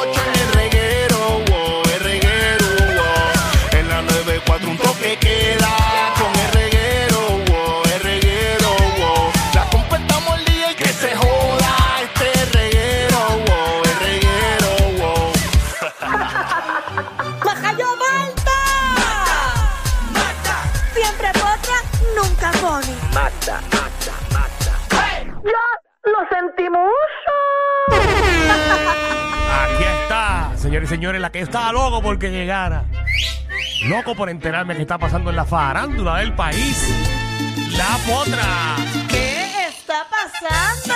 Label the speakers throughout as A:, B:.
A: 8 en el reguero, oh, el reguero. oh. En la 94 un toque queda con el reguero, oh, el reguero. oh. La completamos el día y que se joda este reguero, oh, el reguero. oh.
B: ¡Majayo Malta! ¡Mata! Siempre potra, nunca pone. ¡Mata, mata, mata! ¡Ya lo sentimos!
C: Aquí está, señores y señores, la que estaba loco porque llegara. Loco por enterarme qué está pasando en la farándula del país. La potra.
B: ¿Qué está pasando?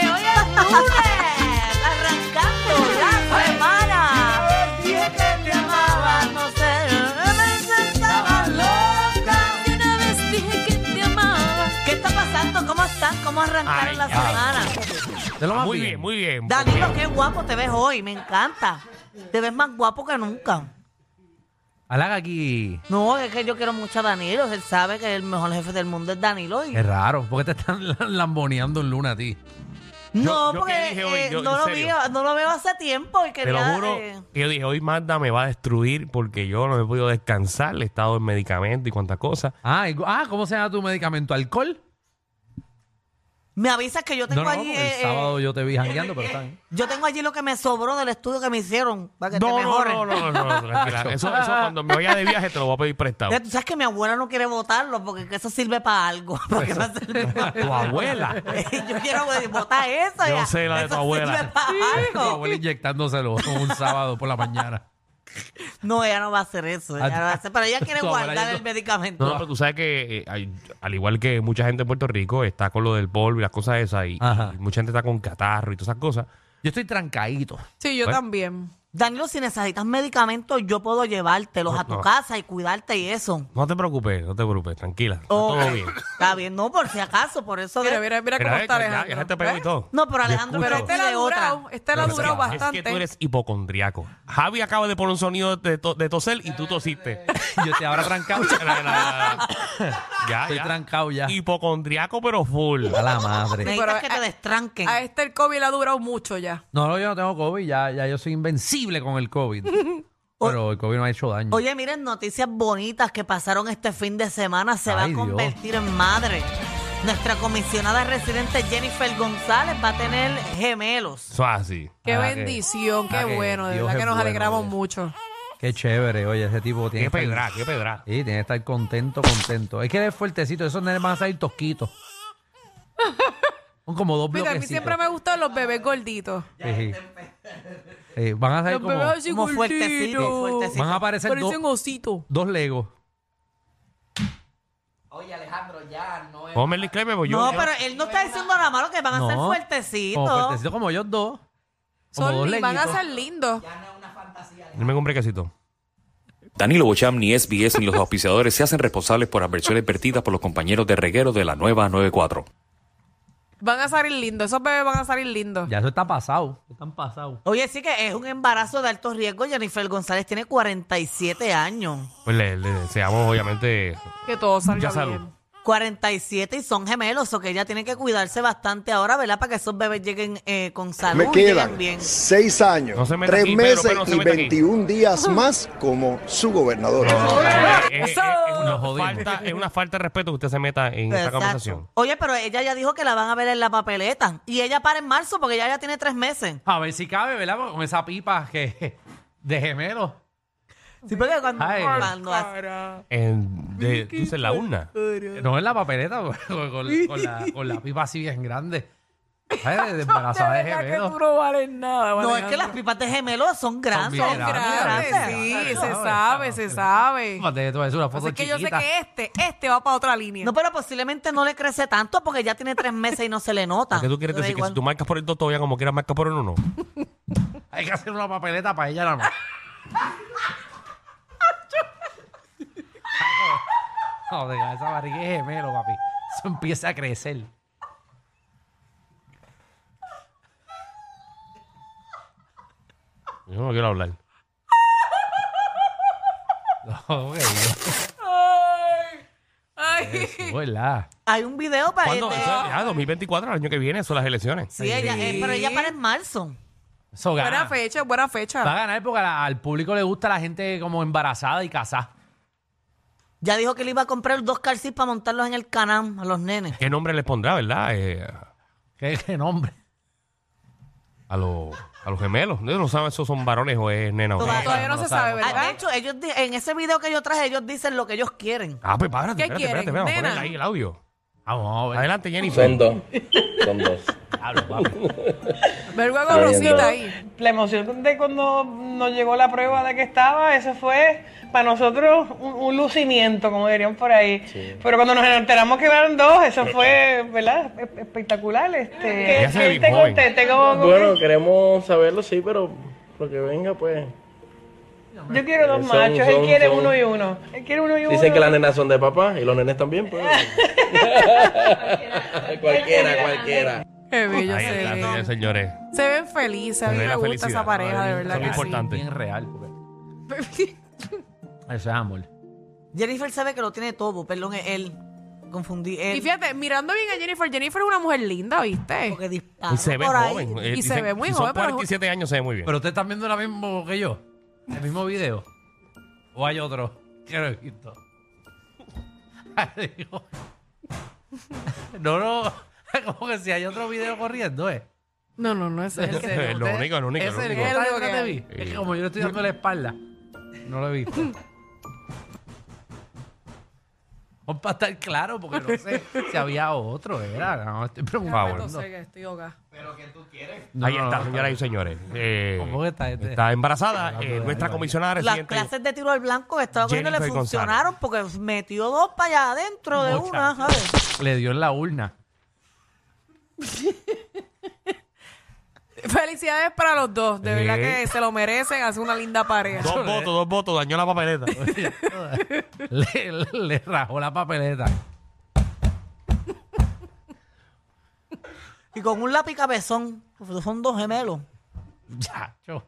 B: ¡Que hoy es lunes! ¡Arrancando la semana! El día que te amaba, no sé, me sentaba loca. Y una vez dije que te amaba. ¿Qué está pasando? ¿Cómo están? ¿Cómo arrancaron
C: Ay,
B: la
C: ay.
B: semana?
C: De
D: Ah,
C: lo más muy bien, muy bien.
B: Danilo, qué guapo te ves hoy, me encanta. Te ves más guapo que nunca.
D: Alaga aquí.
B: No, es que yo quiero mucho a Danilo. Él sabe que el mejor jefe del mundo es Danilo.
C: Eh,
B: Y...
D: Es raro, porque te están la- lamboneando en luna a ti.
B: No,
C: yo qué
B: porque
C: dije hoy,
B: eh,
C: yo,
B: no,
C: en
B: lo
C: serio.
B: veo, no lo veo hace tiempo. Y
C: Te
B: quería,
C: lo juro
B: eh,
C: que yo dije, hoy Magda me va a destruir porque yo no he podido descansar, he estado en medicamento y cuantas cosas.
D: Ah, y- ah, ¿cómo se llama tu medicamento? ¿Alcohol?
B: me avisas que yo tengo
D: No, no,
B: allí.
D: porque el
B: eh,
D: sábado yo te vi jangueando, pero está bien.
B: Yo tengo allí lo que me sobró del estudio que me hicieron para que te
C: No, no,
B: mejoren.
C: no, no, no, no, tranquila. Eso, eso cuando me vaya de viaje te lo voy a pedir prestado.
B: Ya Tú sabes que mi abuela no quiere votarlo porque que eso sirve para algo. ¿Para qué va a servir para
C: Tu abuela.
B: algo? Yo quiero votar eso.
C: Yo
B: ya.
C: sé la de tu
B: Eso
C: abuela.
B: sirve para
D: Tu
B: algo.
D: abuela inyectándoselo un sábado por la mañana.
B: No, ella no va a hacer eso. Ella
D: Ah,
B: no va a hacer- pero ella quiere
D: tu abuela
B: guardar
D: yendo-
B: el medicamento.
C: No, no, pero tú sabes que, eh, hay- al igual que mucha gente en Puerto Rico, está con lo del polvo y las cosas esas, y,
D: Ajá.
C: y mucha gente está con catarro y todas esas cosas.
D: Yo estoy trancadito.
E: Sí, yo
C: Bueno.
E: también.
B: Danilo, si necesitas medicamentos, yo puedo llevártelos a tu
C: No.
B: casa y cuidarte y eso.
C: No te preocupes, no te preocupes, tranquila. Está todo bien.
B: Está bien, no, por si acaso, por eso. de-
E: Mira, mira, mira cómo
C: Mira,
E: está
C: ya- ya,
E: Alejandro.
C: ya te pegó y
E: ¿Ves?
C: todo.
B: No, pero Alejandro
C: Yo
E: Pero
C: escucho.
B: este
E: este
B: la
E: la
B: ha
E: ha durado, este la ha
C: Pero
E: durado
C: es que- Es que tú
E: bastante.
C: eres hipocondriaco. Javi acaba de poner un sonido de, to- de toser y tú tosiste.
D: Yo estoy ahora trancado.
C: ya, ya.
D: Estoy trancado ya.
C: Hipocondriaco, pero full.
D: A la madre.
B: Necesitas
E: Pero
B: que te
E: a-
B: destranquen.
E: A este el COVID le ha durado mucho ya.
D: No, no, yo no tengo COVID, ya, ya yo soy invencible con el COVID. Pero el COVID no ha hecho daño.
B: Oye, miren, noticias bonitas que pasaron este fin de semana. Se va
D: Ay,
B: a
D: Dios.
B: convertir en madre. Nuestra comisionada residente Jennifer González va a tener gemelos.
C: Eso es así.
E: Qué
D: Ah, que-
E: bendición,
D: ah,
E: qué
D: que
E: bueno. De
D: Dios
E: verdad
D: es
E: que nos
D: bueno,
E: alegramos
D: oye.
E: mucho.
D: Qué chévere, oye, ese tipo tiene
C: Qué
D: que estar-
C: pedra, qué pedra.
D: Sí, tiene que estar contento, contento. Es que él es fuertecito, esos nenes van a salir tosquitos. Son como dos
E: Mira, a mí
D: bloquecitos.
E: siempre me gustan los bebés gorditos.
D: Sí, sí. Sí, van a salir
E: Los
D: como
E: bebés así
B: como fuertecitos,
E: gorditos.
B: fuertecitos.
D: van a aparecer dos,
E: Parecen ositos.
D: dos legos.
C: Ponme el disclaimer, pues yo.
B: No,
C: yo-
B: pero él no está diciendo nada malo, que van a ser
D: No,
B: fuertecitos.
D: Como fuertecitos como ellos dos. Como
E: Son,
D: dos
E: li- van a
D: leguitos.
E: ser lindos.
C: Dime un brequecito.
F: Danilo Bocham, ni SBS ni los auspiciadores se hacen responsables por adversiones vertidas por los compañeros de reguero de la nueva 94.
E: Van a salir lindos. Esos bebés van a salir lindos.
D: Ya eso está pasado. Están pasados.
B: Oye, sí que es un embarazo de alto riesgo. Jennifer González tiene 47 años.
C: Pues le, le deseamos, obviamente.
E: Que todo salga
C: Ya salud.
E: bien.
B: 47 y son gemelos, o que ella tiene que cuidarse bastante ahora, ¿verdad? Para que esos bebés lleguen eh, con salud
G: Me
B: y
G: quedan
B: lleguen bien.
G: seis años,
C: No se meta
G: tres
C: aquí, Pedro,
G: meses
C: Pedro, no se
G: y
C: meta aquí.
G: 21 días más como su gobernador.
C: Es, es- es
D: Nos
C: una
D: jodimos.
C: falta, es una falta de respeto que usted se meta en esta
B: Exacto.
C: conversación.
B: Oye, pero ella ya dijo que la van a ver en la papeleta. Y ella para en marzo porque ella ya tiene tres meses.
D: A ver si cabe, ¿verdad? Porque Con esa pipa que, de gemelos.
B: Sí, porque cuando,
D: Ay.
B: cuando hace-
C: En, de, tú
B: Ah,
C: dices, la urna.
D: No en la papeleta, con, con la, con la pipa así bien grande. Ay, de embarazada de
E: verdad que
D: gemelos.
E: tú no vales nada,
B: No, es
E: Alejandro.
B: que las pipas de gemelos son grandes.
D: bien
E: Son grandes,
D: Grande,
E: sí,
D: grande.
E: se sabe, se sabe.
D: Fíjate, tú ves una
E: Así
D: foto
E: es Pues que yo sé
D: chiquita.
E: que este, este va para otra línea.
H: pues,
B: No, pero posiblemente no le crece tanto porque ya tiene tres meses y no se le nota.
C: ¿Qué tú quieres
B: Pero
C: decir? Que
B: igual-
C: si tú marcas por el 2 todavía como quieras marcas por el 1.
D: Hay que hacer una papeleta para ella nada más. Joder, esa barriga es gemelo, papi. Eso empieza a crecer.
C: Yo no quiero hablar.
D: No, que Dios,
E: Ay, ay.
D: eso, ¿verdad?
B: Hay un video para
C: ¿Cuándo?
B: este-
C: Eso es- ah, 2024, el año que viene, son las elecciones.
B: Sí, ella, eh, pero ella para en marzo.
D: Eso
E: Buena
D: gana.
E: fecha, buena
D: Va a
E: fecha.
D: ganar porque a la- al público le gusta la gente como embarazada y casada.
B: Ya dijo que le iba a comprar dos calcis para montarlos en el canam a los nenes.
C: ¿Qué nombre les pondrá, verdad? Eh,
D: ¿Qué, qué nombre?
C: a, los a los gemelos. Ellos no saben si son varones o es nena o
B: Todavía
C: nena.
E: Todavía no,
D: no
E: se sabe,
D: sabemos.
B: Ah, de
E: ¿verdad?
B: hecho, ellos di- en ese video que yo traje, ellos dicen lo que ellos quieren.
C: Ah, pues párate,
E: ¿Qué
C: espérate, espérate,
E: quieren,
C: espérate. Ponle
E: nena?
C: ahí el audio.
D: Vamos a ver.
C: Adelante, Jennifer.
I: Son dos. Son dos.
D: Diablo, papi.
E: Vergüenza con Rosita ahí.
H: La emoción de cuando nos llegó la prueba de que estaba, eso fue para nosotros un, un lucimiento, como dirían por ahí. Pero cuando nos enteramos que eran dos, eso fue, ¿verdad? Es- Espectacular. Este,
C: Ella se ve
H: ¿Qué-
C: bien
H: qué te
C: joven.
H: conteste? ¿Cómo- cómo-
I: Bueno, queremos saberlo, sí, pero lo que venga, pues.
H: Yo quiero dos
I: eh, Son-
H: machos,
I: son-
H: él quiere
I: son-
H: uno y uno. Él quiere uno y uno.
I: Dicen que las nenas son de papá y los nenes también, pues. cualquiera, cualquiera.
E: Qué bello
C: Ahí
E: se
C: está,
E: ven.
C: señores, señores.
E: Se ven felices, a
C: Se
E: mí
C: ve
E: me
C: la
E: gusta
C: felicidad.
E: esa pareja, de
C: Eso
E: verdad.
C: es lo
E: que sí.
C: importante.
D: Bien real. porque Eso es amor.
B: Jennifer sabe que lo tiene todo, perdón, es él. Confundí él.
E: Y fíjate, mirando bien a Jennifer, Jennifer es una mujer linda, ¿viste?
B: porque
C: Y
B: disparó
C: se ve
B: por ahí.
C: joven. Eh,
E: Y se ve muy
C: si
E: joven,
C: Son
E: pero-
C: 47 años, se ve muy bien.
D: Pero ustedes están viendo la mismo que yo. El mismo video. O hay otro que no he visto. Ay, Dios. no, no. Como que si hay otro video corriendo, ¿eh?
E: No, no, no, ese es el que...
C: Es lo único, lo único,
D: Es
C: lo
D: el
C: único.
D: que está
E: Es lo
D: detrás
E: que
D: de
E: hay.
D: mí. Es que como yo le estoy dando la espalda, no lo he visto. Vamos para estar claro, porque no sé si había otro, ¿verdad? No, estoy preguntando.
E: sé que estoy hoga.
D: No,
C: Ahí
D: no, no,
C: está,
D: no,
C: señoras y señores. Eh,
D: ¿Cómo que está este?
C: Está embarazada. eh, nuestra comisionada
B: Las
C: residente.
B: clases de tiro al blanco que estaba cogiendo le
C: Jennifer
B: funcionaron porque metió dos para allá adentro de una, ¿sabes?
D: Le dio en la urna.
E: Felicidades para los dos, de
C: Sí.
E: verdad que se lo merecen, hace una linda pareja.
C: Dos votos, dos votos, dañó la papeleta.
D: le, le rajó la papeleta.
B: Y con un lápiz cabezón. Son dos gemelos.
D: Chacho.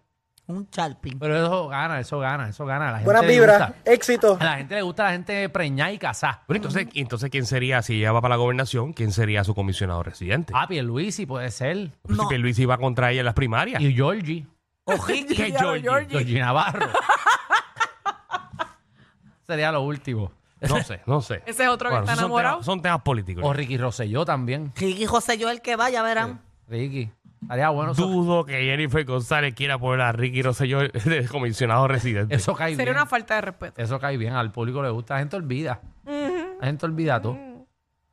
B: Un charping.
D: Pero eso gana, eso gana, eso gana. A la gente
G: Buena
D: le
G: vibra,
D: gusta.
G: éxito.
D: A la gente le gusta la gente preñada y casada.
C: Bueno, entonces, y entonces, ¿quién sería, si ella va para la gobernación, quién sería su comisionado residente?
D: Ah, Pierluisi puede ser.
C: Pues
B: No.
C: Si Luis iba contra ella en las primarias.
D: Y Georgie.
B: O Ricky.
C: ¿Qué,
E: Diablo,
C: Georgie?
E: Georgie.
D: Georgie Navarro. Sería lo último.
C: No sé, no sé.
E: Ese es otro que está
C: esos son
E: enamorado.
C: temas- Son temas, políticos.
D: O Ricky Rosselló también.
B: Ricky José yo el que vaya, verán.
D: Ricky. Estaría bueno. Eso,
C: Dudo que Jennifer González quiera poner a Ricky Rosselló de comisionado residente.
D: eso cae
E: Sería
D: bien.
E: una falta de respeto.
C: Eh,
D: Eso cae bien. Al público le gusta. La gente olvida. La gente olvida todo.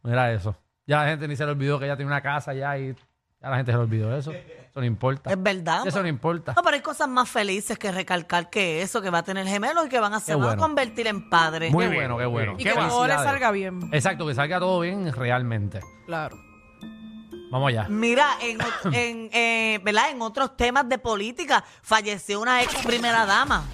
D: Mira eso. Ya la gente ni se le olvidó que ella tiene una casa ya y ya la gente se le olvidó eso. Eso no importa.
B: Es verdad.
D: Eso no
E: pues.
D: importa.
B: No, pero hay cosas más felices que recalcar que eso, que va a tener gemelos y que van a se
D: Qué
B: van
D: bueno.
B: a convertir en padres.
C: Muy
D: qué
C: bien,
D: bueno, qué
C: muy
D: bueno.
E: Y
C: bien.
D: Qué
E: que todo le
D: felicidades.
E: salga bien.
D: Exacto, que salga todo bien realmente.
C: Eh.
E: Claro.
D: Vamos allá.
B: Mira, en, ot- en, eh, ¿verdad? en otros temas de política, falleció una ex primera dama,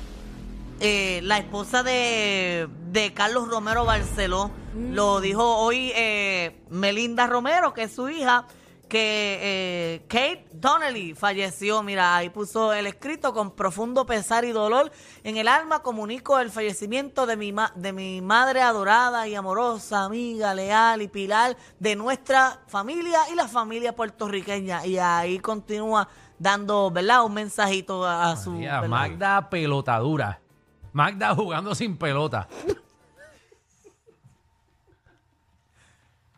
B: eh, la esposa de, de Carlos Romero Barceló. Lo dijo hoy eh, Melinda Romero, que es su hija, que eh, Kate Donnelly falleció. Mira, ahí puso el escrito con profundo pesar y dolor en el alma. Comunico el fallecimiento de mi, ma- de mi madre adorada y amorosa, amiga, leal y pilar de nuestra familia y la familia puertorriqueña. Y ahí continúa dando, ¿verdad? Un mensajito a, a su...
D: María,
B: ¿verdad?
D: Magda pelotadura. Magda jugando sin pelota.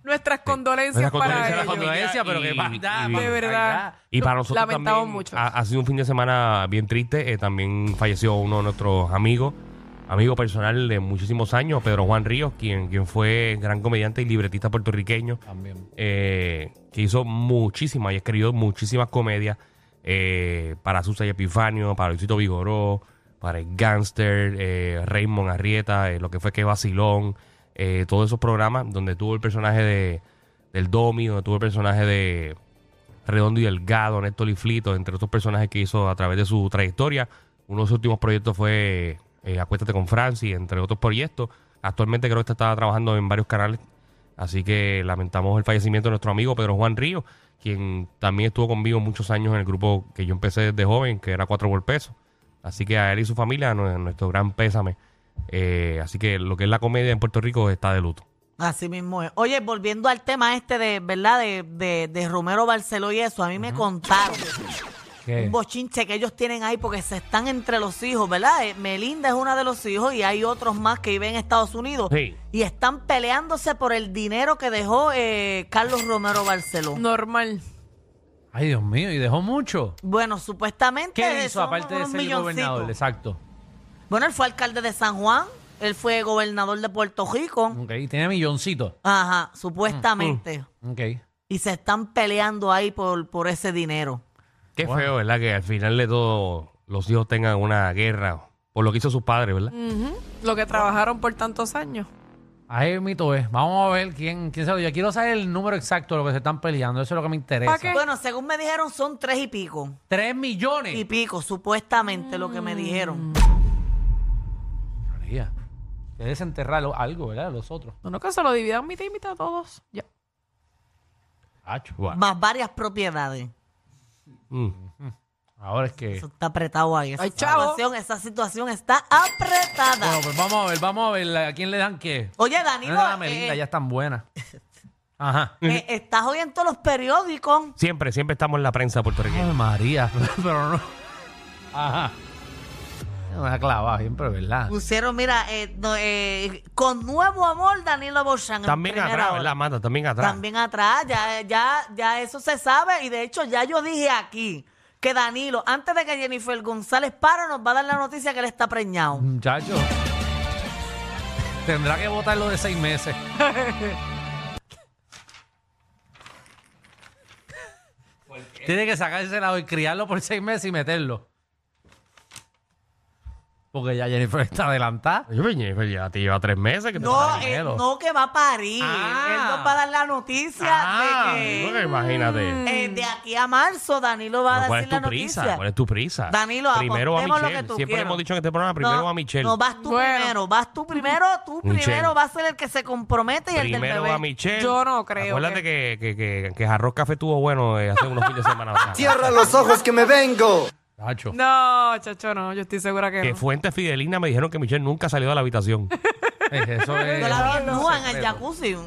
E: Nuestras condolencias
C: Nuestras
E: para
C: condolencias a la
E: ellos.
C: familia.
D: Condolencia, pero que
C: y-
D: Magda,
C: y-
D: Magda,
E: De verdad.
D: Magda.
C: Y para nosotros
E: Lamentamos
C: también
E: mucho.
C: Ha, ha sido un fin de semana bien triste. Eh, también falleció uno de nuestros amigos, amigo personal de muchísimos años, Pedro Juan Ríos, quien, quien fue gran comediante y libretista puertorriqueño,
D: También.
C: eh, que hizo muchísimas y escribió muchísimas comedias eh, para Susa y Epifanio, para Luisito Vigoró, para el Gangster, eh, Raymond Arrieta, eh, lo que fue que Basilón, eh, todos esos programas donde tuvo el personaje de, del Domi, donde tuvo el personaje de Redondo y Delgado, Néstor y Flito, entre otros personajes que hizo a través de su trayectoria. Uno de sus últimos proyectos fue eh, Acuéstate con Francis, entre otros proyectos. Actualmente creo que está- está trabajando en varios canales Así que lamentamos el fallecimiento de nuestro amigo Pedro Juan Río, quien también estuvo conmigo muchos años en el grupo que yo empecé desde joven, que era 4 por peso. Así que a él y su familia, nu- nuestro gran pésame. Eh, así que lo que es la comedia en Puerto Rico está de luto.
B: Así mismo es. Oye, volviendo al tema este de, ¿verdad? De, de, de Romero Barceló y eso, a mí me contaron
D: ¿Qué?
B: un bochinche que ellos tienen ahí porque se están entre los hijos, ¿verdad? Eh, Melinda es una de los hijos y hay otros más que viven en Estados Unidos
C: Sí.
B: y están peleándose por el dinero que dejó eh, Carlos Romero Barceló.
E: Normal.
D: Ay, Dios mío, y dejó mucho.
B: Bueno, supuestamente
D: ¿Qué hizo
B: son
D: aparte de
B: unos
D: ser el
B: milloncitos.
D: gobernador? Exacto.
B: Bueno, él fue alcalde de San Juan, él fue gobernador de Puerto Rico.
D: Ok, tiene milloncitos.
B: Ajá, supuestamente.
D: Ok.
B: Y se están peleando ahí por, por ese dinero.
C: Qué feo, ¿verdad? Que al final de todo los hijos tengan una guerra por lo que hizo su padre, ¿verdad?
B: Mm.
E: Lo que trabajaron por tantos años.
D: Ahí mi mito es. Vamos a ver quién, quién sabe. Yo quiero saber el número exacto de lo que se están peleando. Eso es lo que me interesa.
E: ¿Pa qué?
B: Bueno, según me dijeron, son tres y pico.
D: Tres millones.
B: Y pico, supuestamente lo que me dijeron.
D: María, que desenterrar lo- algo, ¿verdad? Los otros.
E: Bueno, que se lo dividan mitad y mitad a todos. Ya.
D: Acho.
B: Más varias propiedades.
C: Mm.
D: Ahora es que.
B: Eso está apretado ahí. Esa,
E: Ay, chavo.
B: situación, esa situación está apretada.
D: Bueno, pues vamos a ver, vamos a ver. ¿A quién le dan qué?
B: Oye,
D: No
B: Danilo,
D: la Melinda,
B: eh,
D: ya están buenas. Ajá.
B: eh, estás hoy en todos los periódicos.
C: Siempre, siempre estamos en la prensa puertorriqueña.
D: Ay, María, pero no. Ajá. Me ha clavado siempre, ¿verdad?
B: Pusieron, mira, eh, no, eh, con nuevo amor, Danilo Borchan. en
C: También
B: primera
C: atrás,
B: hora.
C: ¿verdad, Mata? También atrás.
B: También atrás, ya, ya, ya eso se sabe. Y de hecho, ya yo dije aquí que Danilo, antes de que Jennifer González para, nos va a dar la noticia que él está preñado.
D: Muchacho. Tendrá que votarlo de seis meses. Tiene que sacárselo y criarlo por seis meses y meterlo. Porque ya Jennifer está adelantada.
C: Yo, Jennifer, ya te lleva tres meses que te
B: No,
C: pasa
B: él
C: dinero.
B: no que va a parir.
D: Ah.
B: Él nos va a dar la noticia
C: Ah,
B: de
C: digo
B: que
C: que imagínate.
B: eh, de aquí a marzo Danilo va
C: Pero
B: a
C: ¿Cuál es
B: decir la
C: tu
B: noticia.
C: prisa? ¿Cuál es tu prisa?
B: Danilo,
C: primero a
B: aportemos lo
C: Michelle.
B: que tú
C: Siempre
B: quieras.
C: hemos dicho en este programa, primero
B: no,
C: a Michelle.
B: No, vas tú
E: Bueno.
B: primero, vas tú primero, tú
C: Michelle.
B: primero vas a ser el que se compromete y el del
C: primero
B: bebé.
C: a Michelle.
E: Yo no creo
C: Acuérdate que, que, que, que Jarro Café estuvo bueno eh, hace unos fines de semana. atrás.
G: Cierra los ojos que me vengo.
D: Tacho.
E: No, chacho, no. Yo estoy segura que
C: que
E: no.
C: Fuente Fidelina me dijeron que Michelle nunca salió de la habitación.
D: Es- Eso es.
B: Yo la vi en
D: eso es
B: Nua en el
D: secreto.
B: jacuzzi.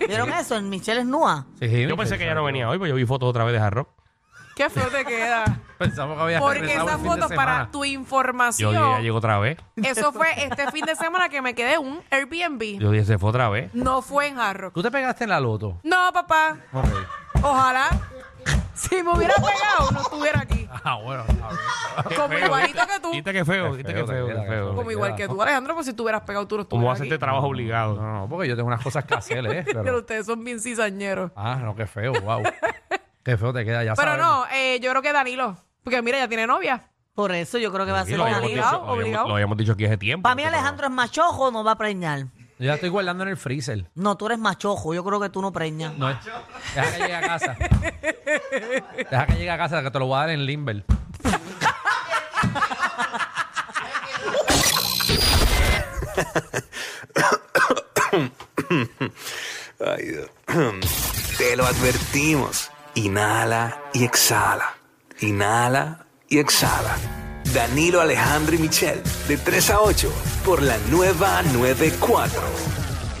B: ¿Vieron eso? En Michelle es Nua.
D: Sí, sí,
C: Yo pensé que ella no venía hoy, pero yo vi fotos otra vez de Jarro.
E: Qué feo te queda.
D: Pensamos que había
E: Porque
D: regresado
E: esa
D: el fin de
E: foto, para
D: semana.
C: Yo
E: tu
C: dije, ella
E: información,
C: llegó otra vez.
E: eso fue este fin de semana que me quedé en un Airbnb.
C: Yo dije, se fue otra vez.
E: No fue en Hard Rock.
D: Tú te pegaste en la loto.
E: No, papá.
D: Ok.
E: Ojalá. Si me hubiera pegado, no estuviera aquí.
D: Ah, bueno. a ver.
E: Como igualito que tú.
C: Viste que feo, viste que
D: feo,
C: feo,
D: te
C: qué
D: queda,
C: feo.
D: te
E: Como igual que tú, Alejandro, pues si tú hubieras pegado, tú no
C: Como
E: estuvieras
C: hacerte
E: aquí.
C: trabajo obligado.
D: No, no, porque yo tengo unas cosas que hacer, ¿eh? Pero-
E: Pero ustedes son bien cizañeros.
D: Ah, no, qué feo, wow. qué feo te queda, ya
E: Pero
D: sabemos.
E: no, eh, yo creo que Danilo. Porque mira, ya tiene novia.
B: Por eso yo creo que va a
C: Sí,
B: ser
C: lo, habíamos
B: Danilo.
E: obligado,
C: dicho, lo habíamos-
E: obligado.
C: lo habíamos dicho aquí hace tiempo.
B: Para mí Alejandro es machojo, no va a preñar.
D: Yo la estoy guardando en el freezer.
B: No, tú eres machojo, yo creo que tú no preñas.
D: No, deja que llegue a casa. Deja que llegue a casa, que te lo voy a dar en Limber.
J: Ay, Dios. Te lo advertimos. Inhala y exhala. Inhala y exhala. Danilo Alejandro y Michelle, de 3 a 8, por la nueva 94.